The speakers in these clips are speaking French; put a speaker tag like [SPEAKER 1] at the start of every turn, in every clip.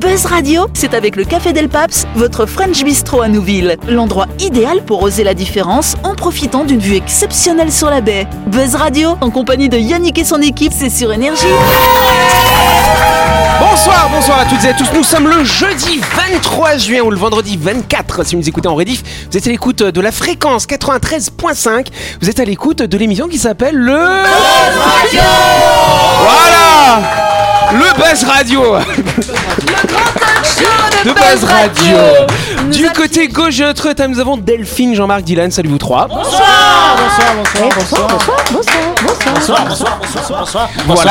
[SPEAKER 1] Buzz Radio, c'est avec le Café Del Paps, votre French Bistro à Nouville. L'endroit idéal pour oser la différence en profitant d'une vue exceptionnelle sur la baie. Buzz Radio, en compagnie de Yannick et son équipe, c'est sur Énergie.
[SPEAKER 2] Bonsoir, bonsoir à toutes et à tous. Nous sommes le jeudi 23 juin ou le vendredi 24 si vous nous écoutez en rediff. Vous êtes à l'écoute de la fréquence 93.5. Vous êtes à l'écoute de l'émission qui s'appelle le Voilà Le Buzz Radio de Buzz Radio. Du côté gauche de notre table, nous avons Delphine, Jean-Marc, Dylan. Salut vous trois. Voilà,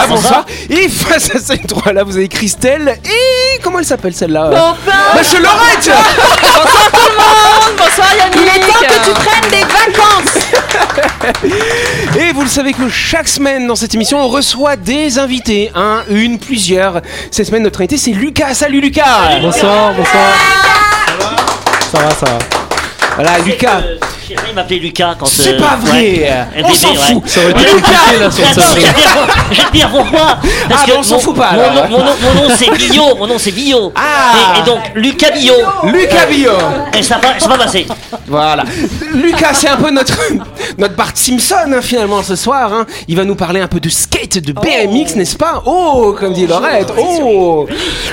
[SPEAKER 2] bonsoir. Et face à ces trois-là, vous avez Christelle et. Comment elle s'appelle celle-là Bah, c'est Laurette
[SPEAKER 3] Bonsoir Yannick Il est temps que tu prennes des vacances
[SPEAKER 2] Et vous le savez que chaque semaine dans cette émission, on reçoit des invités, un, une, plusieurs. Cette semaine, notre invité, c'est Lucas. Salut Lucas
[SPEAKER 4] Bonsoir, bonsoir. Ça va, ça va.
[SPEAKER 2] Voilà, Lucas.
[SPEAKER 5] Euh, Chérie m'appelait Lucas quand.
[SPEAKER 2] C'est
[SPEAKER 5] euh,
[SPEAKER 2] pas vrai
[SPEAKER 5] ouais, un
[SPEAKER 2] On
[SPEAKER 5] bébé,
[SPEAKER 2] s'en
[SPEAKER 5] ouais.
[SPEAKER 2] fout
[SPEAKER 4] Ça aurait été compliqué là sur
[SPEAKER 5] Attends, je
[SPEAKER 4] ce.
[SPEAKER 5] vais te dire pour- je vais te dire pourquoi. Parce
[SPEAKER 2] Ah,
[SPEAKER 5] que
[SPEAKER 2] bah, on s'en
[SPEAKER 5] mon-
[SPEAKER 2] fout pas,
[SPEAKER 5] Mon,
[SPEAKER 2] alors.
[SPEAKER 5] nom- mon nom- mon nom c'est Billot. Mon nom c'est Billot.
[SPEAKER 2] Ah.
[SPEAKER 5] Et, et donc Lucas Billot.
[SPEAKER 2] Lucas Billot
[SPEAKER 5] Et ça n'a pas, ça a pas passé.
[SPEAKER 2] Voilà. Lucas, c'est un peu notre, notre Bart Simpson hein, finalement ce soir. hein. Il va nous parler un peu de skate, de BMX, n'est-ce pas Oh, comme dit Laurette. Oh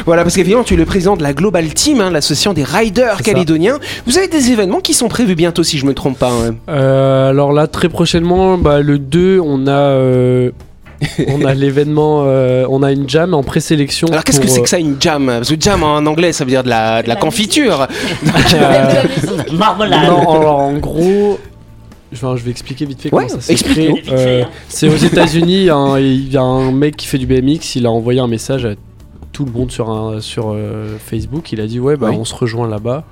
[SPEAKER 2] Voilà, parce qu'évidemment, tu es le président de la Global Team, hein, l'association des riders calédoniens. Vous avez des événements qui sont prévus bientôt, si je me trompe pas. hein.
[SPEAKER 4] Euh, alors là, très prochainement, bah, le 2, on a. euh, on a l'événement, euh, on a une jam en présélection.
[SPEAKER 2] Alors, qu'est-ce que
[SPEAKER 4] pour, euh,
[SPEAKER 2] c'est que ça, une jam Parce que jam en anglais, ça veut dire de la, de la confiture.
[SPEAKER 4] euh,
[SPEAKER 5] Marmelade.
[SPEAKER 4] Non, alors, en gros, je, vais- je vais expliquer vite fait
[SPEAKER 2] Ouais,
[SPEAKER 4] comment ça s'est créé.
[SPEAKER 2] explique-nous. hein.
[SPEAKER 4] Euh, c'est aux États-Unis, un- il y a un mec qui fait du BMX, il a envoyé un message à tout le monde sur, un, sur euh, Facebook. Il a dit Ouais, bah,
[SPEAKER 2] Oui.
[SPEAKER 4] on se rejoint là-bas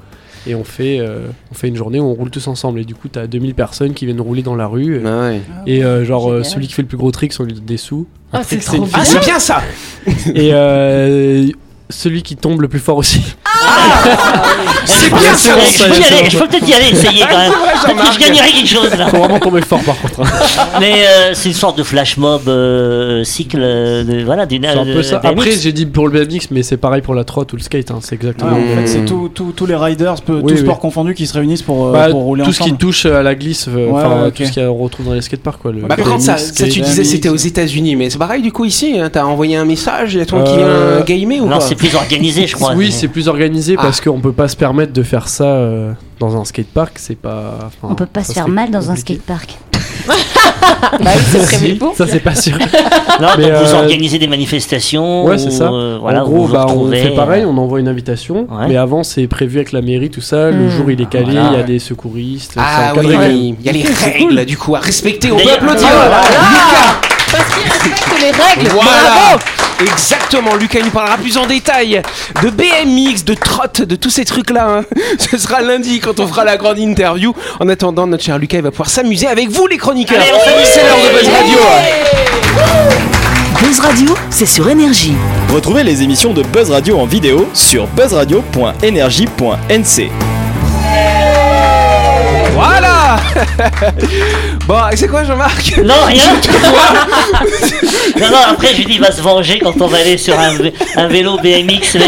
[SPEAKER 4] et on fait, euh, on fait une journée où on roule tous ensemble. Et du coup, t'as 2000 personnes qui viennent rouler dans la rue.
[SPEAKER 2] Ah, ouais.
[SPEAKER 4] Et euh, genre, euh,
[SPEAKER 3] Génial.
[SPEAKER 4] celui qui fait le plus gros trick, on lui donne des sous. Un
[SPEAKER 3] Ah, c'est
[SPEAKER 4] trick,
[SPEAKER 3] trop
[SPEAKER 4] une
[SPEAKER 2] Ah,
[SPEAKER 4] fille.
[SPEAKER 2] c'est bien ça
[SPEAKER 4] Et euh, celui qui tombe le plus fort aussi.
[SPEAKER 2] C'est bien ça
[SPEAKER 4] bon,
[SPEAKER 5] Eh, je peux y
[SPEAKER 4] c'est
[SPEAKER 5] aller,
[SPEAKER 4] bon.
[SPEAKER 5] je peux peut-être y aller, essayer quand même. Peut-être que je gagnerai quelque chose là.
[SPEAKER 4] Faut vraiment tomber fort par contre. hein.
[SPEAKER 5] Mais euh, c'est une sorte de flash mob euh, cycle euh, de, voilà d'une
[SPEAKER 4] C'est un peu
[SPEAKER 5] euh,
[SPEAKER 4] ça.
[SPEAKER 5] d'un
[SPEAKER 4] Après,
[SPEAKER 5] mix.
[SPEAKER 4] j'ai dit pour le BMX, mais c'est pareil pour la trotte ou le skate. hein, C'est
[SPEAKER 6] Ouais,
[SPEAKER 4] exactement.
[SPEAKER 6] en
[SPEAKER 2] Mm.
[SPEAKER 6] fait, c'est tous- tous tous les riders, peu-
[SPEAKER 4] Oui,
[SPEAKER 6] tous
[SPEAKER 4] oui.
[SPEAKER 6] sports confondus qui se réunissent pour, euh,
[SPEAKER 4] Bah,
[SPEAKER 6] pour rouler
[SPEAKER 4] tout ce qui
[SPEAKER 6] ensemble.
[SPEAKER 4] touche à la glisse, euh,
[SPEAKER 6] Ouais,
[SPEAKER 4] enfin,
[SPEAKER 6] ouais,
[SPEAKER 4] tout
[SPEAKER 6] ok.
[SPEAKER 4] ce qu'on retrouve dans les skateparks. Quoi, le
[SPEAKER 2] Bah, par
[SPEAKER 4] BMX,
[SPEAKER 2] contre, ça, ça,
[SPEAKER 4] skate.
[SPEAKER 2] tu
[SPEAKER 6] skate,
[SPEAKER 2] disais c'était aux
[SPEAKER 6] BMX.
[SPEAKER 2] États-Unis, mais c'est pareil du coup ici. hein, T'as envoyé un message, il y a tout le monde
[SPEAKER 4] Euh,
[SPEAKER 2] qui vient gamer ou
[SPEAKER 5] Non,
[SPEAKER 2] quoi
[SPEAKER 5] c'est plus organisé, je crois.
[SPEAKER 4] Oui, c'est plus organisé
[SPEAKER 2] Ah.
[SPEAKER 4] parce qu'on peut pas se permettre de faire ça euh, dans un skatepark. C'est pas. enfin,
[SPEAKER 7] On peut pas
[SPEAKER 4] ça
[SPEAKER 7] se faire
[SPEAKER 4] serait
[SPEAKER 7] mal dans un
[SPEAKER 4] compliqué.
[SPEAKER 7] skatepark.
[SPEAKER 4] Si, Ça, c'est pas sûr.
[SPEAKER 5] Non, donc
[SPEAKER 4] Mais,
[SPEAKER 5] vous
[SPEAKER 4] euh,
[SPEAKER 5] organisez des manifestations.
[SPEAKER 4] Ouais, c'est
[SPEAKER 5] ou,
[SPEAKER 4] ça.
[SPEAKER 5] euh, voilà,
[SPEAKER 4] en gros,
[SPEAKER 5] vous vous
[SPEAKER 4] bah, on
[SPEAKER 5] retrouvez,
[SPEAKER 4] fait pareil,
[SPEAKER 5] euh,
[SPEAKER 4] on envoie une invitation,
[SPEAKER 5] Ouais.
[SPEAKER 4] mais avant c'est prévu avec la mairie, tout ça. Le
[SPEAKER 7] Hmm.
[SPEAKER 4] jour il est calé, il
[SPEAKER 5] Voilà.
[SPEAKER 4] y a des secouristes. c'est
[SPEAKER 2] Ah
[SPEAKER 4] encadré
[SPEAKER 2] oui,
[SPEAKER 4] quand même.
[SPEAKER 2] oui, il y a les règles du coup à respecter. On peut
[SPEAKER 5] D'ailleurs-
[SPEAKER 2] applaudir.
[SPEAKER 5] Ah,
[SPEAKER 2] Voilà.
[SPEAKER 3] Parce qu'il respecte les règles
[SPEAKER 2] Voilà. Exactement, Lucas nous parlera plus en détail de BMX, de trotte, de tous ces trucs-là. hein. Ce sera lundi quand on fera la grande interview. En attendant, notre cher Lucas il va pouvoir s'amuser avec vous les chroniqueurs.
[SPEAKER 5] Allez, on s'amuse.
[SPEAKER 2] C'est l'heure de Buzz Radio.
[SPEAKER 1] Buzz Radio, c'est sur Énergie.
[SPEAKER 8] Retrouvez les émissions de Buzz Radio en vidéo sur buzzradio.energie.nc.
[SPEAKER 2] Voilà. Bon, et c'est quoi Jean-Marc
[SPEAKER 5] Non, rien Non, non, après, je dis, il va se venger quand on va aller sur un, vé- un vélo BMX. Il va,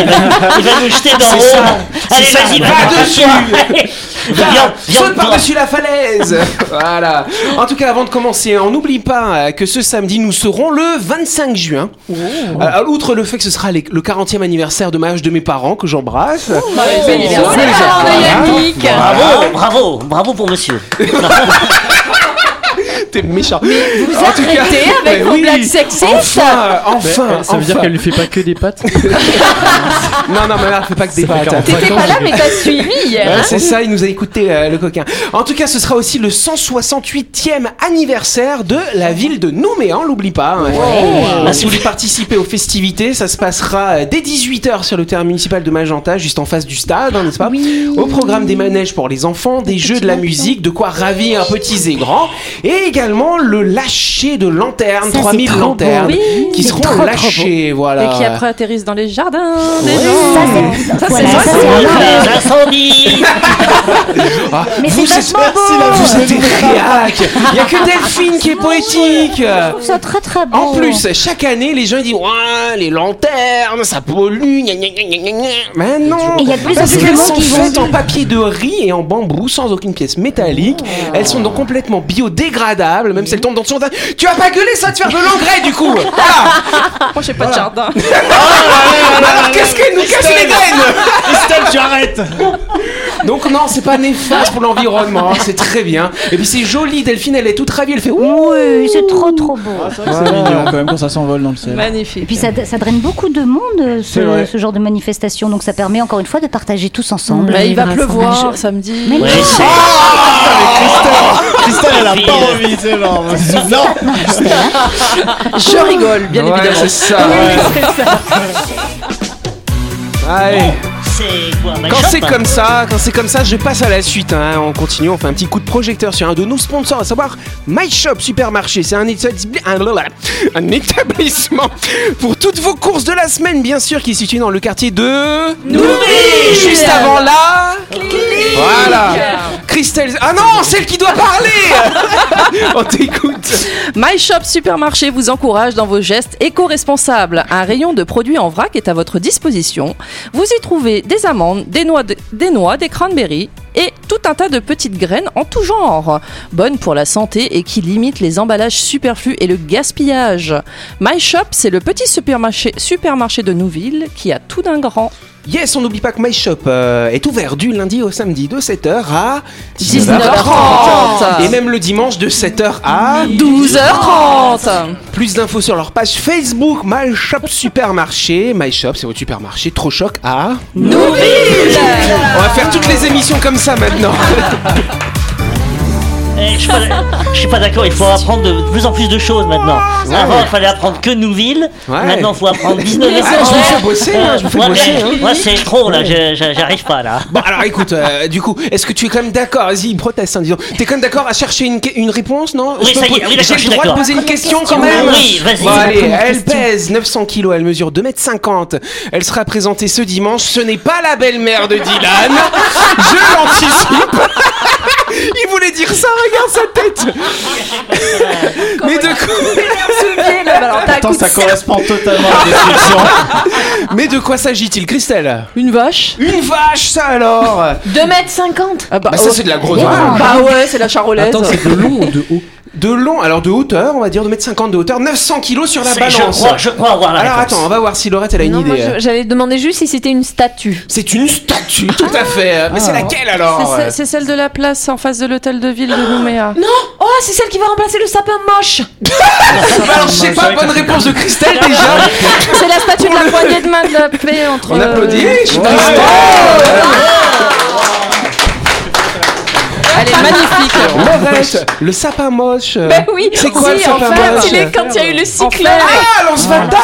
[SPEAKER 5] il va nous jeter dans
[SPEAKER 2] C'est
[SPEAKER 5] l'eau.
[SPEAKER 2] ça, c'est
[SPEAKER 5] Allez,
[SPEAKER 2] ça,
[SPEAKER 5] vas-y,
[SPEAKER 2] va
[SPEAKER 5] vas-y,
[SPEAKER 2] dessus.
[SPEAKER 5] Allez, Viens, viens,
[SPEAKER 2] Saute par-dessus la falaise Voilà En tout cas, avant de commencer, on n'oublie pas euh, que ce samedi, nous serons le 25 juin. Euh, outre le fait que ce sera les- le 40e anniversaire de mariage de mes parents, que j'embrasse. Euh,
[SPEAKER 3] C'est pas de Yannick
[SPEAKER 5] Bravo, bravo, bravo pour monsieur.
[SPEAKER 2] T'es méchant
[SPEAKER 3] Vous
[SPEAKER 2] En tout cas,
[SPEAKER 3] arrêtez
[SPEAKER 2] mais
[SPEAKER 3] avec vos
[SPEAKER 2] oui.
[SPEAKER 3] blagues sexistes
[SPEAKER 2] Enfin
[SPEAKER 4] Mais,
[SPEAKER 2] Enfin
[SPEAKER 4] euh, ça veut dire
[SPEAKER 2] enfin.
[SPEAKER 4] qu'elle lui fait pas que des pattes
[SPEAKER 2] Non, non, ma mère fait pas que des hein.
[SPEAKER 4] Ça fait
[SPEAKER 2] pattes.
[SPEAKER 4] 40.
[SPEAKER 3] T'étais
[SPEAKER 4] Vacances,
[SPEAKER 3] pas là
[SPEAKER 4] j'ai-
[SPEAKER 3] mais t'as suivi hier
[SPEAKER 2] Ouais,
[SPEAKER 3] hein.
[SPEAKER 2] c'est ça, il nous a écouté euh, le coquin. En tout cas, ce sera aussi le 168e anniversaire de la ville de Nouméa, on l'oublie pas. hein. Ah, si vous voulez participer aux festivités, ça se passera euh, dès 18h sur le terrain municipal de Magenta, juste en face du stade, hein, n'est-ce pas Au programme des manèges pour les enfants, des jeux de la musique, de quoi ravir petits et grands, et également spécialement le lâcher de lanternes,
[SPEAKER 7] Ça,
[SPEAKER 2] 3000
[SPEAKER 7] c'est trop
[SPEAKER 2] lanternes,
[SPEAKER 7] beau.
[SPEAKER 3] Oui.
[SPEAKER 2] qui seront lâchées, voilà.
[SPEAKER 3] Et qui après atterrissent dans les jardins des
[SPEAKER 7] Ça,
[SPEAKER 3] gens.
[SPEAKER 7] c'est-
[SPEAKER 3] Ça,
[SPEAKER 7] voilà,
[SPEAKER 3] c'est
[SPEAKER 7] ça,
[SPEAKER 3] vrai.
[SPEAKER 7] c'est un art.
[SPEAKER 5] Les incendies
[SPEAKER 2] Ah,
[SPEAKER 7] Mais
[SPEAKER 2] vous,
[SPEAKER 7] c'est
[SPEAKER 2] c'est-
[SPEAKER 7] vachement beau.
[SPEAKER 2] c'est la- vous êtes réac. Il y a que Delphine qui est poétique.
[SPEAKER 7] Je trouve ça très très beau.
[SPEAKER 2] En plus, chaque année, les gens ils disent ouais, les lanternes, ça pollue. gna, gna, gna, gna, gna, gna. Mais non.
[SPEAKER 7] Et il y a de plus en
[SPEAKER 2] Parce
[SPEAKER 7] plus de
[SPEAKER 2] qu'elles
[SPEAKER 7] monde
[SPEAKER 2] sont
[SPEAKER 7] qui vont-
[SPEAKER 2] faites en papier de riz et en bambou, sans aucune pièce métallique.
[SPEAKER 3] Oh.
[SPEAKER 2] Elles sont donc complètement biodégradables, même si elles tombent dans ton jardin. Tu vas pas gueuler, ça va te faire de l'engrais du coup. Ah. Voilà.
[SPEAKER 3] Moi, j'ai pas de jardin.
[SPEAKER 2] Alors qu'est-ce qu'elles nous cassent les graines
[SPEAKER 6] Christelle, tu arrêtes
[SPEAKER 2] Donc non, c'est pas néfaste pour l'environnement, hein, c'est très bien. Et puis c'est joli, Delphine, elle est toute ravie, elle fait
[SPEAKER 3] Oh.
[SPEAKER 2] ouh.
[SPEAKER 7] Oui, c'est trop trop beau.
[SPEAKER 6] C'est mignon quand même quand ça s'envole dans le ciel.
[SPEAKER 7] Et
[SPEAKER 3] Magnifique.
[SPEAKER 7] puis ça, ça draine beaucoup de monde, euh,
[SPEAKER 2] C'est vrai.
[SPEAKER 7] ce, ce genre de manifestation. Donc ça permet encore une fois de partager tous ensemble.
[SPEAKER 3] Mais Bah, il va
[SPEAKER 7] Vivre
[SPEAKER 3] pleuvoir
[SPEAKER 7] ensemble.
[SPEAKER 3] samedi.
[SPEAKER 7] Mais
[SPEAKER 5] Ouais,
[SPEAKER 7] non,
[SPEAKER 5] c'est-
[SPEAKER 8] Christelle, elle a
[SPEAKER 5] Fille.
[SPEAKER 8] pas envie, c'est genre. Non,
[SPEAKER 3] Je rigole, bien
[SPEAKER 2] Ouais,
[SPEAKER 3] évidemment.
[SPEAKER 2] c'est ça. ouais.
[SPEAKER 4] Ah.
[SPEAKER 2] Allez.
[SPEAKER 5] C'est quoi ma
[SPEAKER 2] Quand
[SPEAKER 5] chope hein.
[SPEAKER 2] c'est comme ça, quand c'est comme ça, je passe à la suite. hein. On continue, on fait un petit coup de projecteur sur un de nos sponsors, à savoir My Shop Supermarché. C'est un, établi- un- un établissement pour toutes vos courses de la semaine, bien sûr, qui est situé dans le quartier de Nourri, juste avant là. Voilà. Christelle. Ah non, celle qui doit parler. on t'écoute.
[SPEAKER 3] My Shop Supermarché vous encourage dans vos gestes éco-responsables. Un rayon de produits en vrac est à votre disposition. Vous y trouvez des amandes, des noix, de- des, noix, des cranberries et tout un tas de petites graines en tout genre, bonnes pour la santé et qui limitent les emballages superflus et le gaspillage. My Shop, c'est le petit supermarché, supermarché de Nouville qui a tout d'un grand.
[SPEAKER 2] Yes, on n'oublie pas que My Shop euh, est ouvert du lundi au samedi de 7h à
[SPEAKER 3] 19h30.
[SPEAKER 2] Et même le dimanche de 7h à
[SPEAKER 3] 12h30
[SPEAKER 2] Plus d'infos sur leur page Facebook My Shop Supermarché. My Shop, c'est votre supermarché trop choc à Nouville. On va faire toutes les émissions comme ça maintenant.
[SPEAKER 5] Eh, Je suis pas, je suis pas d'accord, il faut apprendre de plus en plus de choses maintenant. Avant, il fallait apprendre que Nouville.
[SPEAKER 2] Ouais.
[SPEAKER 5] Maintenant, il faut apprendre 19
[SPEAKER 2] Ah, je me fais bosser, hein, je me fais
[SPEAKER 5] moi,
[SPEAKER 2] bosser. hein.
[SPEAKER 5] j'ai- moi, c'est trop là, je- je- j'arrive pas là.
[SPEAKER 2] Bon, alors écoute, euh, du coup, est-ce que tu es quand même d'accord Vas-y, il proteste, hein, disons. T'es quand même d'accord à chercher une, que- une réponse, non
[SPEAKER 5] Oui,
[SPEAKER 2] Je peux
[SPEAKER 5] ça y est,
[SPEAKER 2] po-
[SPEAKER 5] oui, d'accord,
[SPEAKER 2] J'ai
[SPEAKER 5] je suis
[SPEAKER 2] le droit de
[SPEAKER 5] d'accord.
[SPEAKER 2] poser une question quand
[SPEAKER 5] Oui,
[SPEAKER 2] même
[SPEAKER 5] oui, vas-y.
[SPEAKER 2] Bon, allez,
[SPEAKER 7] Comme une
[SPEAKER 2] elle
[SPEAKER 7] question.
[SPEAKER 2] pèse 900 kilos, elle mesure 2m50. Elle sera présentée ce dimanche. Ce n'est pas la belle-mère de Dylan. Je l'anticipe. Il voulait dire ça, regarde sa tête. Mais de quoi
[SPEAKER 6] Attends, ça correspond totalement à la description.
[SPEAKER 2] Mais de quoi s'agit-il, Christelle
[SPEAKER 3] Une vache
[SPEAKER 2] Une vache, ça alors Bah
[SPEAKER 3] 2m50 Ah bah,
[SPEAKER 2] ça,
[SPEAKER 3] ouais.
[SPEAKER 2] c'est de la grosse vache.
[SPEAKER 3] Bah ouais, c'est la charolaise.
[SPEAKER 4] Attends, c'est de long ou de haut
[SPEAKER 2] De long, alors de hauteur, on va dire 2m50 de hauteur, 900 kilos sur la
[SPEAKER 5] C'est- Je
[SPEAKER 2] balance.
[SPEAKER 5] crois, je crois avoir la
[SPEAKER 2] Alors
[SPEAKER 5] réponse.
[SPEAKER 2] attends, on va voir si Laurette elle a une
[SPEAKER 9] Non, moi,
[SPEAKER 2] idée. hein.
[SPEAKER 9] je- j'allais demander juste si c'était une statue.
[SPEAKER 2] C'est une statue, tout
[SPEAKER 9] Ah.
[SPEAKER 2] à fait. Mais c'est
[SPEAKER 5] Ah.
[SPEAKER 2] laquelle
[SPEAKER 3] C'est-
[SPEAKER 2] alors euh,
[SPEAKER 3] c'est- C'est celle de la place en face de l'hôtel de ville de Nouméa.
[SPEAKER 9] Oh, c'est celle qui va remplacer le sapin moche.
[SPEAKER 2] Bah Alors je sais pas, bonne réponse de Christelle déjà.
[SPEAKER 9] C'est la statue de la poignée de main de la paix entre.
[SPEAKER 2] On applaudit. je suis
[SPEAKER 6] Ouais.
[SPEAKER 2] Christelle.
[SPEAKER 9] euh,
[SPEAKER 3] Elle est magnifique.
[SPEAKER 2] Laurette, le sapin moche.
[SPEAKER 9] Ben oui.
[SPEAKER 2] C'est quoi le
[SPEAKER 9] si, en
[SPEAKER 2] sapin moche
[SPEAKER 9] fait, il est quand il y a eu le cyclone.
[SPEAKER 2] Ah, lance Vata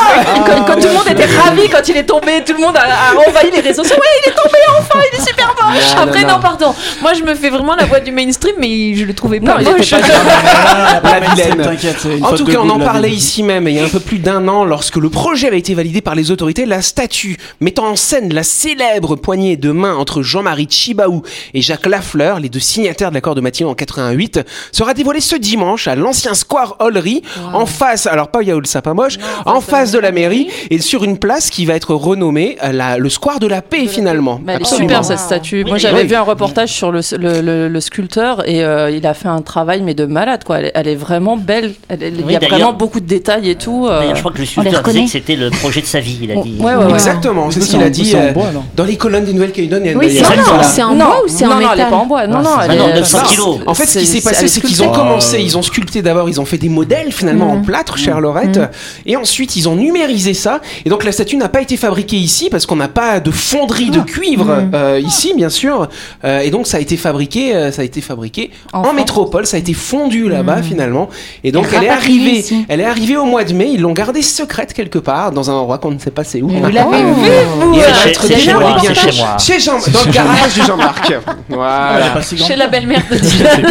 [SPEAKER 9] Quand, quand tout le monde était ravi quand il est tombé, tout le monde a, a envahi les réseaux sociaux. Ouais, il est tombé enfin, il est super moche.
[SPEAKER 2] Non, non,
[SPEAKER 9] Après,
[SPEAKER 2] non.
[SPEAKER 9] non, pardon. Moi, je me fais vraiment la voix du mainstream, mais je le trouvais pas
[SPEAKER 3] Non, il était
[SPEAKER 9] moche.
[SPEAKER 2] La vilaine.
[SPEAKER 6] Ah, T'inquiète, c'est une
[SPEAKER 2] En
[SPEAKER 6] faute
[SPEAKER 2] tout
[SPEAKER 6] de
[SPEAKER 2] cas, on
[SPEAKER 6] goût
[SPEAKER 2] en
[SPEAKER 6] de la
[SPEAKER 2] parlait
[SPEAKER 6] vie.
[SPEAKER 2] ici même, il y a un peu plus d'un an, lorsque le projet avait été validé par les autorités, la statue mettant en scène la célèbre poignée de main entre Jean-Marie Chibaou et Jacques Lafleur, les deux signataires de l'accord de Matignon en 88, sera dévoilée ce dimanche à l'ancien Square Hollery, en face, alors pas Yaoul Sapamoche, en face de la mairie, et sur une place qui va être renommée euh, la- le Square de la Paix, finalement.
[SPEAKER 3] Mais Bah, elle est
[SPEAKER 2] Absolument.
[SPEAKER 3] super cette statue. Moi j'avais
[SPEAKER 2] Oui.
[SPEAKER 3] vu un reportage sur le, le, le- le sculpteur et euh, il a fait un travail mais de malade quoi. Elle, est- elle est vraiment belle. Elle est- il
[SPEAKER 5] Oui,
[SPEAKER 3] y a
[SPEAKER 5] d'ailleurs-
[SPEAKER 3] vraiment beaucoup de détails et tout. euh.
[SPEAKER 5] D'ailleurs, je crois que le sculpteur disait
[SPEAKER 7] reconnaît.
[SPEAKER 5] que c'était le projet de sa vie, il a
[SPEAKER 2] Oh,
[SPEAKER 3] Ouais,
[SPEAKER 5] dit.
[SPEAKER 3] ouais, ouais.
[SPEAKER 2] Exactement, c'est ce
[SPEAKER 6] C'est
[SPEAKER 2] qu'il a
[SPEAKER 6] en-
[SPEAKER 2] dit
[SPEAKER 6] c'est en
[SPEAKER 2] euh,
[SPEAKER 6] bois, alors.
[SPEAKER 2] dans les colonnes de Nouvelle-Calédonie.
[SPEAKER 9] Oui, c'est
[SPEAKER 5] ça,
[SPEAKER 9] en bois.
[SPEAKER 5] ça.
[SPEAKER 9] C'est en bois ou c'est
[SPEAKER 3] non,
[SPEAKER 9] en
[SPEAKER 3] non, elle est
[SPEAKER 9] métal
[SPEAKER 3] pas en bois. Non, non, elle
[SPEAKER 5] non,
[SPEAKER 3] est- euh,
[SPEAKER 5] 900
[SPEAKER 3] non,
[SPEAKER 5] kilos.
[SPEAKER 2] En fait, ce qui s'est passé, c'est qu'ils ont
[SPEAKER 3] sculptée.
[SPEAKER 2] commencé, ils ont sculpté d'abord, ils ont fait des modèles finalement en plâtre, chère Laurette, et ensuite ils ont numérisé ça. Et donc la statue n'a pas été fabriquée ici parce qu'on n'a pas de fonderie de cuivre euh, ici, bien sûr. Euh, et donc ça a été fabriqué, euh, ça a été fabriqué en,
[SPEAKER 3] En France.
[SPEAKER 2] métropole, ça a été fondu là-bas finalement. Et donc
[SPEAKER 7] Et
[SPEAKER 2] elle est
[SPEAKER 7] rapatrié
[SPEAKER 2] arrivée,
[SPEAKER 7] ici.
[SPEAKER 2] elle est arrivée au mois de mai. Ils l'ont gardée secrète quelque part dans un endroit qu'on ne sait pas c'est où.
[SPEAKER 7] Vous l'avez vu
[SPEAKER 2] Et euh, elle va
[SPEAKER 5] C'est
[SPEAKER 2] être
[SPEAKER 5] chez- c'est chez
[SPEAKER 2] dévoilée
[SPEAKER 5] moi, c'est
[SPEAKER 2] bientôt.
[SPEAKER 5] chez moi.
[SPEAKER 2] Chez Jean, dans le garage de Jean-Marc.
[SPEAKER 6] Elle
[SPEAKER 2] Voilà.
[SPEAKER 6] est pas si grande.
[SPEAKER 9] Chez la belle-mère de Dylan.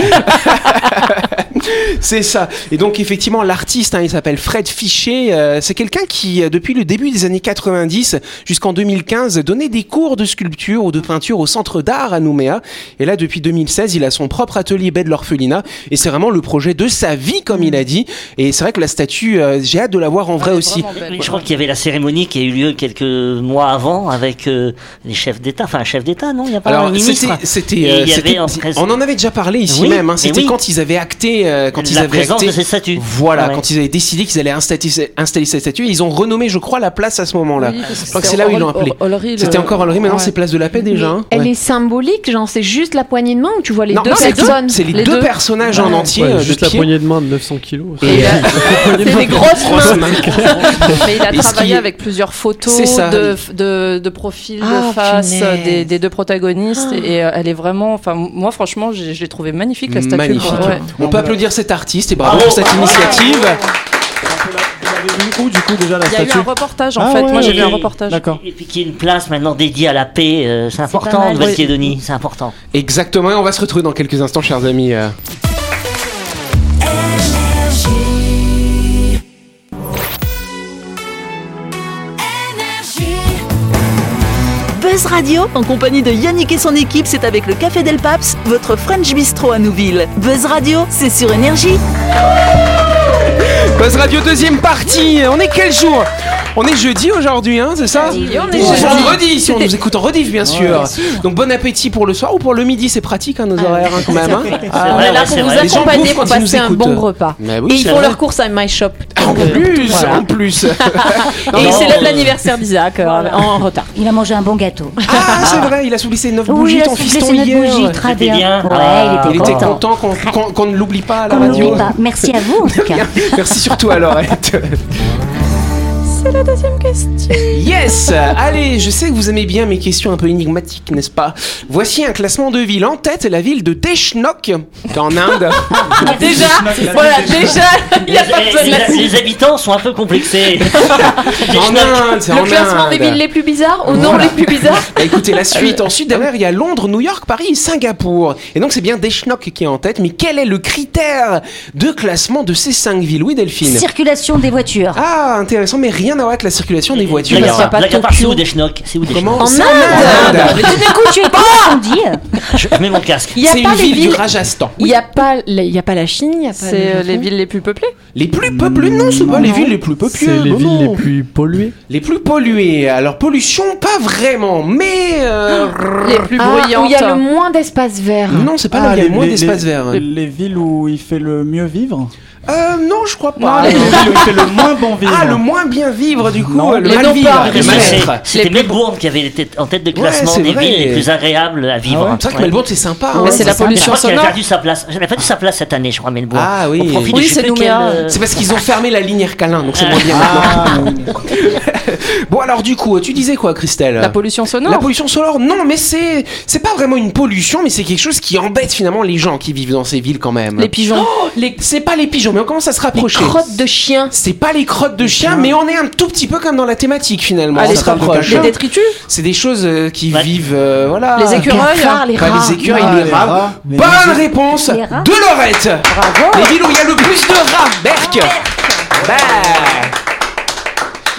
[SPEAKER 2] C'est ça. Et donc effectivement, l'artiste, hein, il s'appelle Fred Fichet. euh, c'est quelqu'un qui, euh, depuis le début des années 90 jusqu'en 2015, donnait des cours de sculpture ou de peinture au Centre d'art à Nouméa. Et là, depuis 2016, il a son propre atelier Baie de l'Orphelinat. Et c'est vraiment le projet de sa vie, comme il a dit. Et c'est vrai que la statue, euh, j'ai hâte de la voir en vrai aussi.
[SPEAKER 5] Oui, je crois qu'il y avait la cérémonie qui a eu lieu quelques mois avant avec euh, les chefs d'État, enfin un chef d'État, non Il n'y a pas un
[SPEAKER 2] Alors,
[SPEAKER 5] ministre
[SPEAKER 2] c'était,
[SPEAKER 5] Et
[SPEAKER 2] c'était,
[SPEAKER 5] il y
[SPEAKER 2] euh,
[SPEAKER 5] avait
[SPEAKER 2] c'était-
[SPEAKER 5] en prés-
[SPEAKER 2] on en avait déjà parlé ici
[SPEAKER 5] Oui,
[SPEAKER 2] même. hein.
[SPEAKER 5] mais
[SPEAKER 2] C'était
[SPEAKER 5] oui.
[SPEAKER 2] quand ils avaient acté, euh, quand ils
[SPEAKER 5] La
[SPEAKER 2] avaient
[SPEAKER 5] présence
[SPEAKER 2] acté,
[SPEAKER 5] de ces statues.
[SPEAKER 2] Voilà,
[SPEAKER 5] Ouais.
[SPEAKER 2] quand ils avaient décidé qu'ils allaient installer, installer cette statue, ils ont renommé, je crois, la place à ce moment-là. je crois que c'est là où ils l'ont appelée. C'était encore à l'origine, maintenant c'est place de la paix déjà. hein.
[SPEAKER 10] Elle
[SPEAKER 2] Ouais.
[SPEAKER 10] est symbolique, genre c'est juste la poignée de main ou tu vois les
[SPEAKER 2] Non,
[SPEAKER 10] deux
[SPEAKER 2] c'est
[SPEAKER 10] personnes
[SPEAKER 2] c'est les, deux, personnages en entier.
[SPEAKER 4] Ouais,
[SPEAKER 2] euh, de
[SPEAKER 4] juste la
[SPEAKER 2] pied.
[SPEAKER 4] poignée de main de 900 kilos.
[SPEAKER 2] Et, euh,
[SPEAKER 4] Poignée de
[SPEAKER 9] C'est
[SPEAKER 4] main.
[SPEAKER 9] des grosses mains.
[SPEAKER 3] Mais il a
[SPEAKER 2] Et ce
[SPEAKER 3] travaillé
[SPEAKER 2] qui-
[SPEAKER 3] avec plusieurs
[SPEAKER 2] C'est
[SPEAKER 3] photos
[SPEAKER 2] ça.
[SPEAKER 3] de, de, de profil,
[SPEAKER 10] Ah,
[SPEAKER 3] de face euh,
[SPEAKER 10] punaise.
[SPEAKER 3] des, des deux protagonistes. Et euh, elle est vraiment. Enfin, moi, franchement, j'ai- je l'ai trouvée magnifique, la statue.
[SPEAKER 2] Magnifique.
[SPEAKER 3] Ouais.
[SPEAKER 2] On peut applaudir cet artiste et bravo
[SPEAKER 5] Bravo.
[SPEAKER 2] pour cette initiative.
[SPEAKER 6] Où du coup déjà la
[SPEAKER 3] Il y a eu
[SPEAKER 6] statue
[SPEAKER 3] un reportage, en
[SPEAKER 6] Ah
[SPEAKER 3] fait.
[SPEAKER 6] ouais,
[SPEAKER 3] moi, j'ai
[SPEAKER 5] oui,
[SPEAKER 3] vu un
[SPEAKER 5] oui.
[SPEAKER 3] reportage.
[SPEAKER 6] D'accord.
[SPEAKER 5] Et puis qu'il y ait une place maintenant dédiée à la paix, euh, c'est important en
[SPEAKER 7] mal.
[SPEAKER 5] Nouvelle-Calédonie, c'est important.
[SPEAKER 2] Exactement, et on va se retrouver dans quelques instants, chers amis. euh.
[SPEAKER 1] Buzz Radio, en compagnie de Yannick et son équipe, c'est avec le Café Del Paps, votre French Bistro à Nouville. Buzz Radio, c'est sur Énergie.
[SPEAKER 2] Buzz Radio, deuxième partie. On est quel jour on est jeudi aujourd'hui, hein, c'est ça
[SPEAKER 9] Jeudi, on est
[SPEAKER 2] Ou
[SPEAKER 9] jeudi.
[SPEAKER 2] vendredi, si on nous écoute en rediff, bien sûr. Donc bon appétit pour le soir ou pour le midi, c'est pratique hein, nos horaires hein, quand même. hein. Ah,
[SPEAKER 5] vrai,
[SPEAKER 9] On est là
[SPEAKER 5] ouais,
[SPEAKER 9] pour
[SPEAKER 5] c'est
[SPEAKER 9] vous
[SPEAKER 5] vrai.
[SPEAKER 2] Les gens
[SPEAKER 9] accompagner
[SPEAKER 2] bouffent
[SPEAKER 9] pour
[SPEAKER 2] quand ils nous
[SPEAKER 9] passer un
[SPEAKER 2] écoutent.
[SPEAKER 9] bon repas.
[SPEAKER 2] Mais
[SPEAKER 9] Et
[SPEAKER 2] oui,
[SPEAKER 9] ils
[SPEAKER 2] c'est
[SPEAKER 9] font
[SPEAKER 2] vrai.
[SPEAKER 9] leur course à My Shop.
[SPEAKER 2] En plus,
[SPEAKER 9] Voilà.
[SPEAKER 2] en plus. Ah
[SPEAKER 9] Et ils
[SPEAKER 5] non.
[SPEAKER 9] célèbrent l'anniversaire d'Isaac euh, en retard.
[SPEAKER 7] Il a mangé un bon gâteau.
[SPEAKER 2] Ah, c'est vrai, il a soufflé ses 9
[SPEAKER 7] Oui,
[SPEAKER 2] bougies,
[SPEAKER 7] il a
[SPEAKER 2] ton
[SPEAKER 7] soufflé
[SPEAKER 2] fiston
[SPEAKER 7] ses
[SPEAKER 2] hier.
[SPEAKER 7] notes bougies, très
[SPEAKER 5] C'était
[SPEAKER 7] bien.
[SPEAKER 5] bien.
[SPEAKER 7] Ouais,
[SPEAKER 5] Ah.
[SPEAKER 7] il
[SPEAKER 2] Il
[SPEAKER 7] était
[SPEAKER 2] était
[SPEAKER 7] content.
[SPEAKER 2] content qu'on qu'on- qu'on ne l'oublie pas à la
[SPEAKER 7] Qu'on
[SPEAKER 2] radio.
[SPEAKER 7] n'oublie pas. Merci à vous en tout cas.
[SPEAKER 2] Merci surtout à Laurette. Yes Allez, je sais que vous aimez bien mes questions un peu énigmatiques, n'est-ce pas Voici un classement de villes. En tête, la ville de Deshnok, en Inde.
[SPEAKER 3] Ah,
[SPEAKER 9] Déjà, voilà, déjà, il
[SPEAKER 5] Les,
[SPEAKER 9] n'y a pas besoin de la
[SPEAKER 5] les- les habitants sont un peu complexés.
[SPEAKER 2] en Inde, c'est en
[SPEAKER 10] Le classement
[SPEAKER 2] Inde.
[SPEAKER 10] des villes les plus bizarres ou non
[SPEAKER 2] Voilà.
[SPEAKER 10] les plus bizarres
[SPEAKER 2] Bah, écoutez, la suite. Ensuite, derrière, il y a Londres, New York, Paris, Singapour. Et donc, c'est bien Deshnok qui est en tête. Mais quel est le critère de classement de ces cinq villes Oui, Delphine
[SPEAKER 7] Circulation des voitures.
[SPEAKER 2] Ah, intéressant, mais rien à voir avec la circulation des voitures.
[SPEAKER 5] Là, il y a-
[SPEAKER 9] Parce qu'il y a pas
[SPEAKER 5] là, il y a
[SPEAKER 9] Tokyo.
[SPEAKER 5] pas- C'est où des schnocks C'est où des
[SPEAKER 2] Comment
[SPEAKER 5] schnocks
[SPEAKER 2] C'est
[SPEAKER 7] Mais tout d'un coup, tu es pas on dit.
[SPEAKER 5] Je mets mon casque.
[SPEAKER 9] Il n'y a
[SPEAKER 2] C'est une
[SPEAKER 9] pas les
[SPEAKER 2] ville du
[SPEAKER 9] villes.
[SPEAKER 2] Rajasthan.
[SPEAKER 9] Il n'y a pas la- il y a pas la Chine, il n'y a pas
[SPEAKER 3] C'est euh, les villes les plus peuplées.
[SPEAKER 2] Les plus peuplées, non, c'est pas les villes les plus
[SPEAKER 4] C'est
[SPEAKER 2] peuplées.
[SPEAKER 4] les
[SPEAKER 2] non,
[SPEAKER 4] villes
[SPEAKER 2] non.
[SPEAKER 4] les plus polluées.
[SPEAKER 2] Les plus polluées. Alors, pollution, pas vraiment, mais. euh,
[SPEAKER 3] Les plus
[SPEAKER 10] Ah, où il y a le
[SPEAKER 3] bruyantes.
[SPEAKER 10] moins d'espace vert.
[SPEAKER 2] Ah, Non, c'est pas là, où il y a le moins d'espace vert.
[SPEAKER 6] Ah,
[SPEAKER 2] hein.
[SPEAKER 6] Les, les villes où il fait le mieux vivre Ah,
[SPEAKER 2] Euh, non, je crois pas.
[SPEAKER 6] Les villes où il fait le moins bon vivre
[SPEAKER 2] Ah, le moins bien vivre, du coup,
[SPEAKER 6] Non.
[SPEAKER 2] le
[SPEAKER 9] Les
[SPEAKER 2] mal
[SPEAKER 9] non
[SPEAKER 2] vivre,
[SPEAKER 9] pas
[SPEAKER 2] le mal
[SPEAKER 5] C'est-
[SPEAKER 2] être.
[SPEAKER 5] C'était Melbourne qui avait été en tête de classement
[SPEAKER 2] c'est
[SPEAKER 5] des
[SPEAKER 2] vrai. Ah
[SPEAKER 5] villes les plus agréables à vivre.
[SPEAKER 2] C'est vrai que
[SPEAKER 5] Ouais.
[SPEAKER 2] Melbourne, c'est sympa.
[SPEAKER 3] Mais
[SPEAKER 2] hein.
[SPEAKER 3] c'est la
[SPEAKER 5] Je
[SPEAKER 3] pollution
[SPEAKER 5] crois qu'elle a
[SPEAKER 3] sonore.
[SPEAKER 5] perdu sa place. Elle a perdu sa place cette année, je crois, Melbourne.
[SPEAKER 2] Ah oui.
[SPEAKER 5] On profite de-
[SPEAKER 3] Oui,
[SPEAKER 5] je sais
[SPEAKER 3] c'est
[SPEAKER 5] plus
[SPEAKER 3] Nouméa.
[SPEAKER 5] quel, euh,
[SPEAKER 2] C'est parce qu'ils ont fermé la ligne Ercalin, donc c'est moins
[SPEAKER 6] Ah,
[SPEAKER 2] bien. Bon, alors, du coup, tu disais quoi, Christelle
[SPEAKER 3] La pollution sonore.
[SPEAKER 2] La pollution sonore, non, mais c'est c'est pas vraiment une pollution, mais c'est quelque chose qui embête finalement les gens qui vivent dans ces villes quand même. Oh,
[SPEAKER 3] Les pigeons.
[SPEAKER 2] Les- C'est pas les pigeons, mais on commence à se rapprocher.
[SPEAKER 10] Crotte de chien.
[SPEAKER 2] C'est pas les crottes de chiens, mais
[SPEAKER 6] hein.
[SPEAKER 2] on est un tout petit peu comme dans la thématique finalement.
[SPEAKER 3] Ah,
[SPEAKER 2] on
[SPEAKER 3] les
[SPEAKER 2] se
[SPEAKER 3] crottes de
[SPEAKER 2] rapproche.
[SPEAKER 3] Les détritus.
[SPEAKER 2] C'est des choses euh, qui
[SPEAKER 5] Ouais.
[SPEAKER 2] vivent, euh, voilà.
[SPEAKER 3] Les
[SPEAKER 10] Les
[SPEAKER 3] écureuils.
[SPEAKER 10] cafards, les
[SPEAKER 2] Pas
[SPEAKER 10] rats.
[SPEAKER 2] les écureuils,
[SPEAKER 6] Ah,
[SPEAKER 2] les
[SPEAKER 6] les
[SPEAKER 2] rats.
[SPEAKER 6] rats, les
[SPEAKER 2] Bonne
[SPEAKER 6] rats.
[SPEAKER 2] réponse
[SPEAKER 7] Les rats.
[SPEAKER 2] de Laurette. Les villes où il y a le plus de rats, Berck. Bah.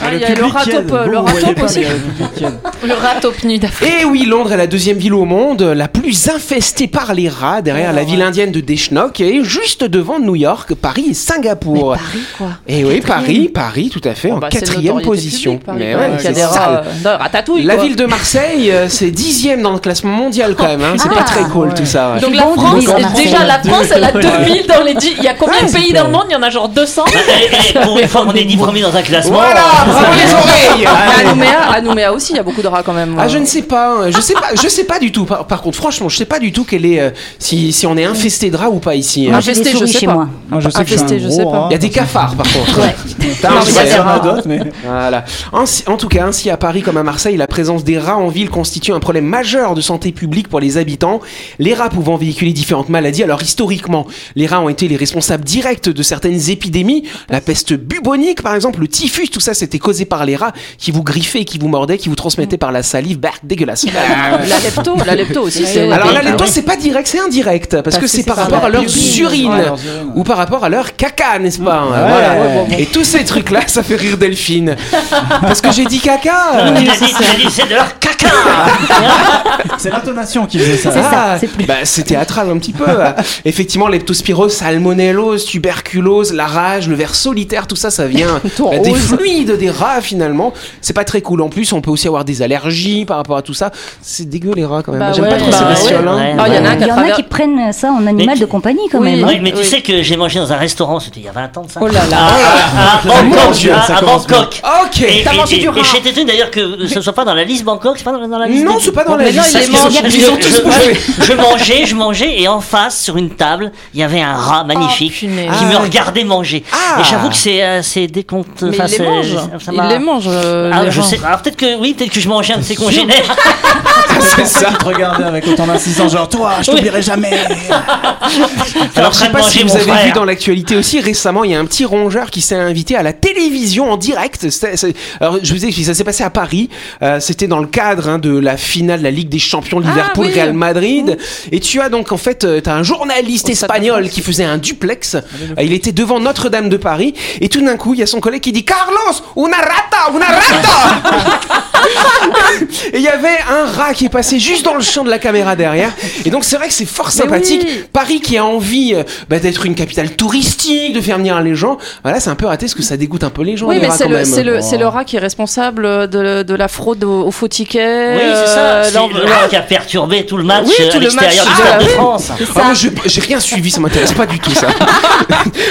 [SPEAKER 3] Ah, Il y a le ratop, euh, le ratop aussi.
[SPEAKER 10] Le rat au PNUD.
[SPEAKER 2] Et oui, Londres est la deuxième ville au monde la plus infestée par les rats, derrière la ville indienne de Deshnok et juste devant New York, Paris et Singapour.
[SPEAKER 10] Paris, quoi.
[SPEAKER 2] Et oui, Paris, Paris, tout à fait, en
[SPEAKER 3] Bah, c'est
[SPEAKER 2] quatrième
[SPEAKER 3] notoriété
[SPEAKER 2] position.
[SPEAKER 3] publique, par
[SPEAKER 2] Mais
[SPEAKER 3] exemple.
[SPEAKER 2] ouais,
[SPEAKER 3] Il y a
[SPEAKER 2] c'est
[SPEAKER 3] des
[SPEAKER 2] sale.
[SPEAKER 3] rats. euh, non, ratatouille.
[SPEAKER 2] La
[SPEAKER 3] quoi.
[SPEAKER 2] ville de Marseille, euh, c'est dixième dans le classement mondial quand même. hein. C'est pas très cool tout ça. ouais.
[SPEAKER 9] Donc la
[SPEAKER 7] Bon,
[SPEAKER 9] France,
[SPEAKER 7] dis-moi, Marseille.
[SPEAKER 9] déjà la
[SPEAKER 6] Deux.
[SPEAKER 9] France, elle a 2000 dans les 10. Il y a combien de pays dans le monde Il y en a genre 200.
[SPEAKER 5] Eh, eh, Pour une fois, on est ni premier dans un classement.
[SPEAKER 2] Voilà, bravo les oreilles.
[SPEAKER 3] À
[SPEAKER 2] Allez.
[SPEAKER 3] Nouméa, à Nouméa aussi, il y a beaucoup de rats quand même.
[SPEAKER 2] Ah je ne sais pas, hein. je sais pas, je sais pas du tout. Par, par contre, franchement, je sais pas du tout quelle est euh, si, si on est infesté de rats ou pas ici. hein.
[SPEAKER 7] Moi, j'ai
[SPEAKER 3] Infesté,
[SPEAKER 7] des
[SPEAKER 3] je
[SPEAKER 7] souris
[SPEAKER 3] sais
[SPEAKER 7] chez
[SPEAKER 3] pas.
[SPEAKER 7] moi.
[SPEAKER 6] Moi, je sais que je suis
[SPEAKER 3] Infesté,
[SPEAKER 6] un
[SPEAKER 3] je
[SPEAKER 6] gros
[SPEAKER 3] sais pas.
[SPEAKER 6] rat.
[SPEAKER 2] Il y a des cafards par contre. Putain,
[SPEAKER 6] Non,
[SPEAKER 2] je
[SPEAKER 6] je
[SPEAKER 2] sais
[SPEAKER 6] sais
[SPEAKER 2] pas
[SPEAKER 6] qu'il y en a
[SPEAKER 5] ça.
[SPEAKER 6] d'autres, mais.
[SPEAKER 2] Voilà. Ainsi- En, tout cas, ainsi à Paris comme à Marseille, la présence des rats en ville constitue un problème majeur de santé publique pour les habitants. Les rats pouvant véhiculer différentes maladies. Alors historiquement, les rats ont été les responsables directs de certaines épidémies, la peste bubonique par exemple, le typhus, tout ça c'était causée par les rats qui vous griffaient, qui vous mordaient, qui vous transmettaient par la salive. Bah, dégueulasse.
[SPEAKER 3] La lepto, la lepto aussi, c'est.
[SPEAKER 2] Alors là, les toits, c'est pas direct, c'est indirect, Ah parce, que c'est par rapport à leurs urines ou par rapport à leur caca, n'est-ce pas hein, Voilà. Et tous ces trucs-là, ça fait rire Delphine, parce que j'ai dit caca.
[SPEAKER 5] Il a dit- il a dit, c'est de leur caca
[SPEAKER 6] C'est l'intonation qui faisait ça.
[SPEAKER 7] C'est ça,
[SPEAKER 2] Ah,
[SPEAKER 7] c'est plus-
[SPEAKER 2] bah, c'est théâtral un petit peu. hein. Effectivement, leptospirose, salmonellose, tuberculose, la rage, le ver solitaire, tout ça, ça vient bah, des fluides des rats finalement. C'est pas très cool. En plus, on peut aussi avoir des allergies par rapport à tout ça. C'est dégueu les rats quand même.
[SPEAKER 3] Bah
[SPEAKER 2] J'aime
[SPEAKER 3] ouais,
[SPEAKER 2] pas trop
[SPEAKER 3] bah
[SPEAKER 2] ces
[SPEAKER 3] ouais.
[SPEAKER 2] bestioles. hein.
[SPEAKER 5] Ouais,
[SPEAKER 3] Ah, il y en a
[SPEAKER 7] Il y en a
[SPEAKER 3] travers-
[SPEAKER 7] qui prennent ça en
[SPEAKER 5] Mais
[SPEAKER 7] animal
[SPEAKER 5] tu-
[SPEAKER 7] de compagnie quand
[SPEAKER 3] Oui.
[SPEAKER 7] même. hein.
[SPEAKER 5] Oui, mais tu
[SPEAKER 3] Oui.
[SPEAKER 5] sais que j'ai mangé dans un restaurant, c'était il y a 20 ans de ça.
[SPEAKER 3] Oh là là.
[SPEAKER 5] À, à- à
[SPEAKER 2] mon
[SPEAKER 5] Bangkok. ah,
[SPEAKER 2] Dieu,
[SPEAKER 5] à-
[SPEAKER 2] ça
[SPEAKER 5] à
[SPEAKER 2] commence
[SPEAKER 5] Bangkok.
[SPEAKER 2] Ok.
[SPEAKER 5] Et,
[SPEAKER 9] T'as
[SPEAKER 5] et-
[SPEAKER 9] mangé du
[SPEAKER 5] et-
[SPEAKER 9] rat.
[SPEAKER 5] et j'étais étonne d'ailleurs que ce soit pas dans la liste Bangkok, c'est pas dans, dans la liste.
[SPEAKER 2] Non,
[SPEAKER 5] des-
[SPEAKER 2] c'est pas dans la
[SPEAKER 5] Parce
[SPEAKER 2] liste.
[SPEAKER 5] que
[SPEAKER 3] Ils sont-
[SPEAKER 5] je-
[SPEAKER 2] ils sont tous
[SPEAKER 5] je-
[SPEAKER 2] bouffés.
[SPEAKER 5] je- Je mangeais, je mangeais, et en face, sur une table, il y avait un rat magnifique qui
[SPEAKER 10] punaise.
[SPEAKER 5] me regardait manger.
[SPEAKER 2] Ah.
[SPEAKER 5] Et j'avoue que c'est euh, c'est décompte.
[SPEAKER 3] Mais
[SPEAKER 5] enfin,
[SPEAKER 3] il les
[SPEAKER 5] c'est-
[SPEAKER 3] mange.
[SPEAKER 5] ça m'a-
[SPEAKER 3] Il les mange. euh,
[SPEAKER 5] Ah,
[SPEAKER 3] les
[SPEAKER 5] je
[SPEAKER 3] rats.
[SPEAKER 5] sais. Alors peut-être que oui, peut-être que je mangeais un de ses congénères.
[SPEAKER 2] C'est ça.
[SPEAKER 6] Qui te regardait avec autant d'insistance, genre toi, je t'oublierai jamais.
[SPEAKER 2] Alors, je
[SPEAKER 5] Après
[SPEAKER 2] sais pas si
[SPEAKER 5] manger
[SPEAKER 2] vous
[SPEAKER 5] mon
[SPEAKER 2] avez vu
[SPEAKER 5] frère.
[SPEAKER 2] dans l'actualité aussi récemment, il y a un petit rongeur qui s'est invité à la télévision en direct. C'était- c'est- Alors, je vous explique, ça s'est passé à Paris. Euh, C'était dans le cadre hein, de la finale de la Ligue des Champions Liverpool
[SPEAKER 3] Ah oui. Mmh.
[SPEAKER 2] Real Madrid. Et tu as donc en fait, euh, t'as un journaliste
[SPEAKER 3] Au Stade de Ah,
[SPEAKER 2] espagnol qui faisait un duplex. Euh, Il était devant Notre-Dame de Paris. Et tout d'un coup, il y a son collègue qui dit Carlos, una rata, una rata. Et il y avait un rat qui est passé juste dans le champ de la caméra derrière. Et donc c'est vrai que c'est fort sympathique.
[SPEAKER 3] oui.
[SPEAKER 2] Paris qui a envie euh, bah, d'être une capitale touristique, de faire venir les gens. Voilà, c'est un peu raté parce que ça dégoûte un peu les gens.
[SPEAKER 3] Oui,
[SPEAKER 2] les
[SPEAKER 3] mais
[SPEAKER 2] rats,
[SPEAKER 3] c'est
[SPEAKER 2] quand
[SPEAKER 3] le,
[SPEAKER 2] même.
[SPEAKER 3] c'est le, c'est le rat qui est responsable de, de la fraude au, au faux ticket.
[SPEAKER 5] Oui, c'est
[SPEAKER 3] euh,
[SPEAKER 5] ça. C'est
[SPEAKER 3] l'en-
[SPEAKER 5] le rat qui a perturbé tout le match
[SPEAKER 3] Oui,
[SPEAKER 5] euh,
[SPEAKER 3] tout
[SPEAKER 5] à
[SPEAKER 3] le
[SPEAKER 5] l'extérieur
[SPEAKER 3] match
[SPEAKER 5] du Stade
[SPEAKER 3] de-
[SPEAKER 5] de
[SPEAKER 3] oui.
[SPEAKER 5] France.
[SPEAKER 2] Ah, moi, j'ai- j'ai rien suivi, ça m'intéresse pas du tout ça.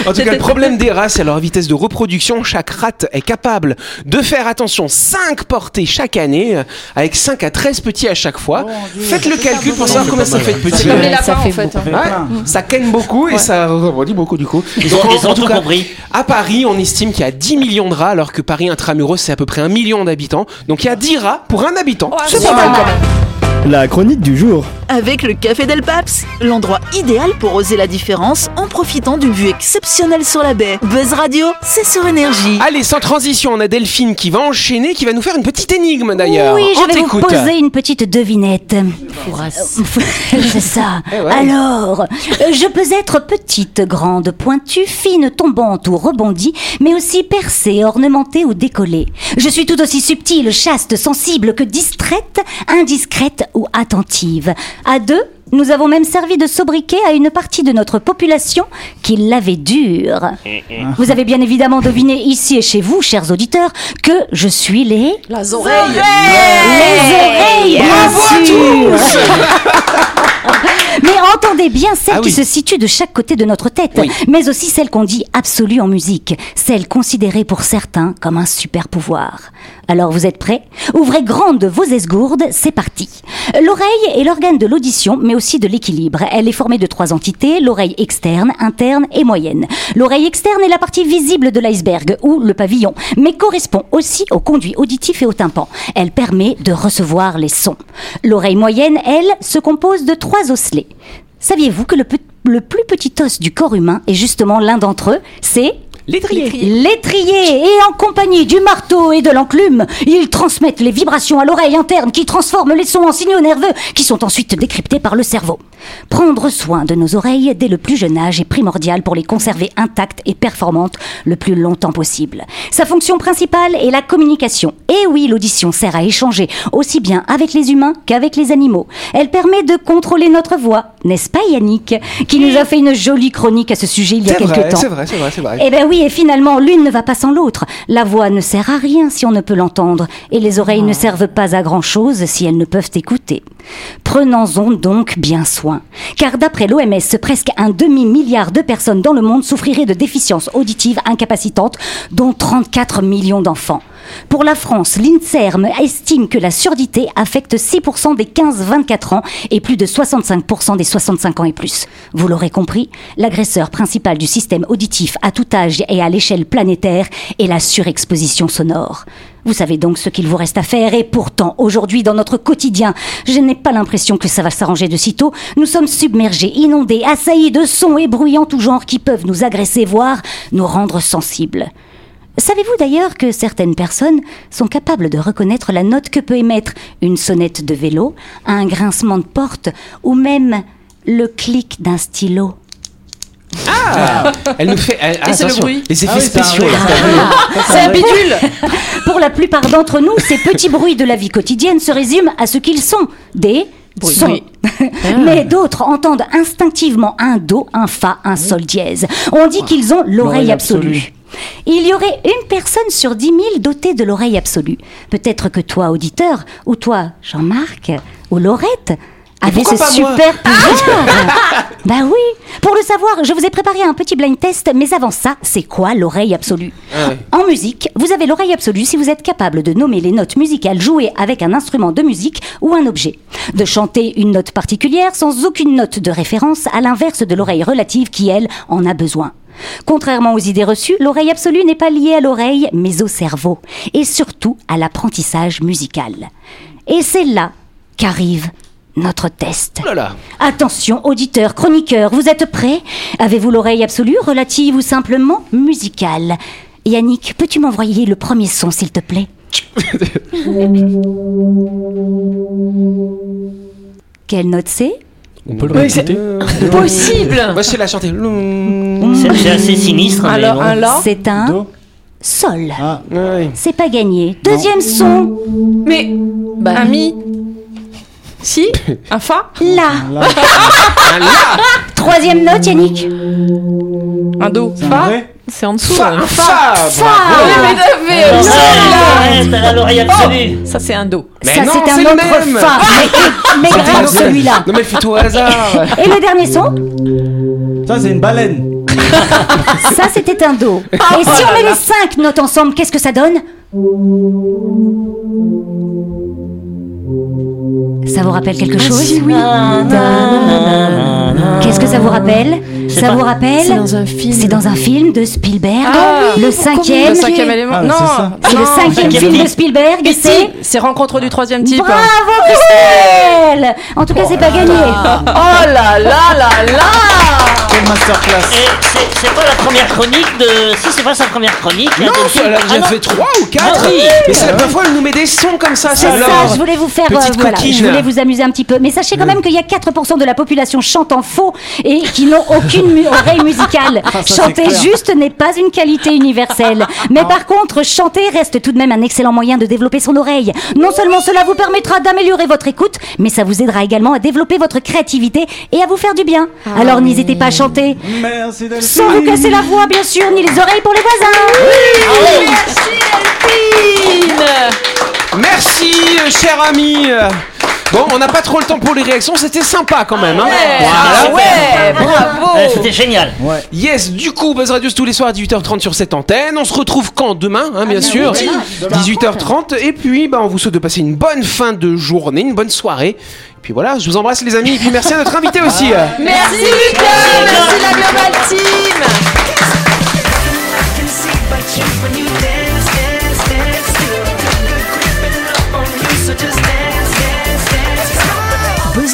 [SPEAKER 2] en tout cas, le problème des rats, c'est leur vitesse de reproduction. Chaque rat est capable de faire attention 5 portées chaque année, euh, avec 5 à 13 petits à chaque fois.
[SPEAKER 3] Oh,
[SPEAKER 2] Faites le calcul pour savoir combien ça fait de petits.
[SPEAKER 10] C'est comme les
[SPEAKER 2] Ouais,
[SPEAKER 10] lapins
[SPEAKER 9] ça
[SPEAKER 10] en
[SPEAKER 9] fait
[SPEAKER 10] fait. hein.
[SPEAKER 2] ça canne beaucoup et ça rebondit beaucoup du coup.
[SPEAKER 5] Ils
[SPEAKER 2] Donc,
[SPEAKER 5] ont,
[SPEAKER 2] en-
[SPEAKER 5] ils ont
[SPEAKER 2] en tout
[SPEAKER 5] tout
[SPEAKER 2] cas,
[SPEAKER 5] compris.
[SPEAKER 2] À Paris, on estime qu'il y a 10 millions de rats, alors que Paris intramuros, c'est à peu près 1 million d'habitants. Donc il y a 10 rats pour un habitant. c'est pas mal quand même.
[SPEAKER 8] La chronique du jour.
[SPEAKER 1] Avec le Café Del Paps, l'endroit idéal pour oser la différence en profitant d'une vue exceptionnelle sur la baie. Buzz Radio, c'est sur énergie.
[SPEAKER 2] Allez, sans transition, on a Delphine qui va enchaîner, qui va nous faire une petite énigme d'ailleurs.
[SPEAKER 7] Oui,
[SPEAKER 2] on
[SPEAKER 7] je vais vous
[SPEAKER 2] t'écoute.
[SPEAKER 7] poser une petite devinette.
[SPEAKER 10] Fourrasse.
[SPEAKER 7] C'est ça.
[SPEAKER 2] Eh ouais.
[SPEAKER 7] Alors, euh, je peux être petite, grande, pointue, fine, tombante ou rebondie, mais aussi percée, ornementée ou décollée. Je suis tout aussi subtile, chaste, sensible que distraite, indiscrète ou attentive. À deux, nous avons même servi de sobriquet à une partie de notre population qui l'avait dure. Vous avez bien évidemment deviné ici et chez vous, chers auditeurs, que je suis les...
[SPEAKER 9] Les oreilles.
[SPEAKER 7] Les oreilles, bien sûr Mais entendez bien celles
[SPEAKER 2] Ah oui.
[SPEAKER 7] qui se situent de chaque côté de notre tête, mais aussi celles qu'on dit absolues en musique, celles considérées pour certains comme un super pouvoir. Alors vous êtes prêts Ouvrez grande vos esgourdes, c'est parti. L'oreille est l'organe de l'audition, mais aussi de l'équilibre. Elle est formée de trois entités, l'oreille externe, interne et moyenne. L'oreille externe est la partie visible de l'iceberg, ou le pavillon, mais correspond aussi au conduit auditif et au tympan. Elle permet de recevoir les sons. L'oreille moyenne, elle, se compose de trois osselets. Saviez-vous que le, pe- le plus petit os du corps humain est justement l'un d'entre eux C'est L'étrier. L'étrier et en compagnie du marteau et de l'enclume, ils transmettent les vibrations à l'oreille interne qui transforment les sons en signaux nerveux qui sont ensuite décryptés par le cerveau. Prendre soin de nos oreilles dès le plus jeune âge est primordial pour les conserver intactes et performantes le plus longtemps possible. Sa fonction principale est la communication. Et oui, l'audition sert à échanger aussi bien avec les humains qu'avec les animaux. Elle permet de contrôler notre voix, n'est-ce pas Yannick, qui nous a fait une jolie chronique à ce sujet il y a
[SPEAKER 2] C'est
[SPEAKER 7] quelques
[SPEAKER 2] vrai,
[SPEAKER 7] temps.
[SPEAKER 2] c'est vrai, c'est vrai, c'est vrai.
[SPEAKER 7] Eh ben oui, et finalement, l'une ne va pas sans l'autre. La voix ne sert à rien si on ne peut l'entendre, et les oreilles ne servent pas à grand-chose si elles ne peuvent écouter. Prenons-en donc bien soin. Car d'après l'OMS, presque un demi-milliard de personnes dans le monde souffriraient de déficiences auditives incapacitantes, dont 34 millions d'enfants. Pour la France, l'INSERM estime que la surdité affecte 6% des 15-24 ans et plus de 65% des 65 ans et plus. Vous l'aurez compris, l'agresseur principal du système auditif à tout âge et à l'échelle planétaire est la surexposition sonore. Vous savez donc ce qu'il vous reste à faire et pourtant aujourd'hui dans notre quotidien, je n'ai pas l'impression que ça va s'arranger de sitôt. Nous sommes submergés, inondés, assaillis de sons et bruits en tout genre qui peuvent nous agresser voire nous rendre sensibles. Savez-vous d'ailleurs que certaines personnes sont capables de reconnaître la note que peut émettre une sonnette de vélo, un grincement de porte ou même le clic d'un stylo
[SPEAKER 2] Ah Elle nous fait. elle-
[SPEAKER 7] Et c'est le
[SPEAKER 2] attention,
[SPEAKER 7] bruit.
[SPEAKER 2] Les effets
[SPEAKER 7] Ah oui, c'est un
[SPEAKER 2] spéciaux.
[SPEAKER 7] vrai.
[SPEAKER 2] là, t'as vu.
[SPEAKER 7] C'est un bidule Pour la plupart d'entre nous, ces petits bruits de la vie quotidienne se résument à ce qu'ils sont, des
[SPEAKER 10] Bruits.
[SPEAKER 7] sons.
[SPEAKER 10] Oui. Ah.
[SPEAKER 7] Mais d'autres entendent instinctivement un do, un fa, un sol dièse. On dit qu'ils ont l'oreille
[SPEAKER 10] L'oreille
[SPEAKER 7] absolue.
[SPEAKER 10] absolue.
[SPEAKER 7] Il y aurait une personne sur dix mille dotée de l'oreille absolue. Peut-être que toi, auditeur, ou toi, Jean-Marc, ou Laurette, avez ce
[SPEAKER 10] pourquoi pas moi
[SPEAKER 7] super pouvoir. bah oui. Pour le savoir, je vous ai préparé un petit blind test, mais avant ça, c'est quoi l'oreille absolue
[SPEAKER 10] Ah oui.
[SPEAKER 7] En musique, vous avez l'oreille absolue si vous êtes capable de nommer les notes musicales jouées avec un instrument de musique ou un objet, de chanter une note particulière sans aucune note de référence à l'inverse de l'oreille relative qui, elle, en a besoin. Contrairement aux idées reçues, l'oreille absolue n'est pas liée à l'oreille, mais au cerveau, et surtout à l'apprentissage musical. Et c'est là qu'arrive notre test. Attention, auditeurs, chroniqueurs, vous êtes prêts Avez-vous l'oreille absolue, relative ou simplement musicale Yannick, peux-tu m'envoyer le premier son, s'il te plaît Quelle note c'est
[SPEAKER 2] On peut
[SPEAKER 7] le réécouter
[SPEAKER 2] Possible Moi, je sais la chanter. C'est- c'est assez sinistre, mais
[SPEAKER 7] Alors,
[SPEAKER 2] bon.
[SPEAKER 7] alors C'est un
[SPEAKER 2] Hein
[SPEAKER 7] sol. C'est pas gagné. Deuxième son.
[SPEAKER 9] Mais.
[SPEAKER 3] Bah, un mi.
[SPEAKER 9] Si
[SPEAKER 3] Un fa
[SPEAKER 7] La. Troisième note, Yannick.
[SPEAKER 3] Un do. Fa
[SPEAKER 10] C'est en dessous.
[SPEAKER 3] Fa,
[SPEAKER 10] hein.
[SPEAKER 3] un fa,
[SPEAKER 2] Ah,
[SPEAKER 10] Fa.
[SPEAKER 3] bravo.
[SPEAKER 10] Ouais, mais t'avais-
[SPEAKER 3] Alors,
[SPEAKER 10] Non,
[SPEAKER 3] ça,
[SPEAKER 10] là.
[SPEAKER 3] elle a l'oreille
[SPEAKER 10] Oh,
[SPEAKER 3] absolue.
[SPEAKER 10] Ça, c'est un do.
[SPEAKER 7] Ça, c'est un autre fa. Mais, mais
[SPEAKER 2] C'est
[SPEAKER 7] grave,
[SPEAKER 2] pas vrai.
[SPEAKER 7] celui-là.
[SPEAKER 2] Non, mais fais tout au hasard
[SPEAKER 7] Et le dernier son
[SPEAKER 6] Ça, c'est une baleine.
[SPEAKER 7] Ça, c'était un do. Et si on met les cinq notes ensemble, qu'est-ce que ça donne Ça vous rappelle quelque chose Qu'est-ce que ça vous rappelle Ça vous rappelle C'est dans un film. de Spielberg. le cinquième.
[SPEAKER 3] Le cinquième Ah, élément. non,
[SPEAKER 7] C'est le cinquième film de Spielberg. Et c'est.
[SPEAKER 3] C'est Rencontre du troisième type.
[SPEAKER 7] Bravo Christelle En tout cas, c'est pas gagné.
[SPEAKER 9] Oh là là là là
[SPEAKER 6] Quelle masterclass.
[SPEAKER 5] Et c'est- c'est pas la première chronique de. Si c'est pas sa première chronique.
[SPEAKER 2] Non,
[SPEAKER 5] attention.
[SPEAKER 2] elle a
[SPEAKER 5] Ah
[SPEAKER 2] déjà
[SPEAKER 5] non.
[SPEAKER 2] fait 3 ou 4
[SPEAKER 5] Ah oui.
[SPEAKER 2] Et c'est la première fois qu'elle nous met des sons comme ça,
[SPEAKER 7] C'est ça,
[SPEAKER 2] alors.
[SPEAKER 7] je voulais vous faire, euh,
[SPEAKER 2] Petite
[SPEAKER 7] voilà,
[SPEAKER 2] coquine.
[SPEAKER 7] je voulais vous amuser un petit peu. Mais
[SPEAKER 10] Euh.
[SPEAKER 7] sachez quand même qu'il y a 4% de la population chantant faux et qui n'ont aucune mu- oreille musicale.
[SPEAKER 10] Ah, ça, c'est
[SPEAKER 7] chanter
[SPEAKER 10] clair. Ah.
[SPEAKER 7] juste n'est pas une qualité universelle. Mais par contre, chanter reste tout de même un excellent moyen de développer son oreille. Non seulement cela vous permettra d'améliorer votre écoute, mais ça vous aidera également à développer votre créativité et à vous faire du bien.
[SPEAKER 10] Ah
[SPEAKER 7] Alors n'hésitez pas à chanter.
[SPEAKER 6] Merci Delphine.
[SPEAKER 7] Sans vous casser la voix, bien sûr, ni les oreilles pour les voisins.
[SPEAKER 2] Merci, euh, cher ami Bon, on n'a pas trop le temps pour les réactions, c'était sympa quand même. hein.
[SPEAKER 3] Ah
[SPEAKER 2] Voilà.
[SPEAKER 9] ouais, bravo.
[SPEAKER 5] Euh, C'était génial.
[SPEAKER 2] Yes, du coup, Buzz Radio tous les soirs à 18h30 sur cette antenne. On se retrouve quand Demain, hein, bien
[SPEAKER 5] Ah,
[SPEAKER 2] sûr.
[SPEAKER 5] oui, demain.
[SPEAKER 2] 18h30. Et puis, bah, on vous souhaite de passer une bonne fin de journée, une bonne soirée. Et puis voilà, je vous embrasse les amis. Et puis merci à notre invité aussi.
[SPEAKER 9] Merci Lucas, merci la Global Team.
[SPEAKER 1] Buzz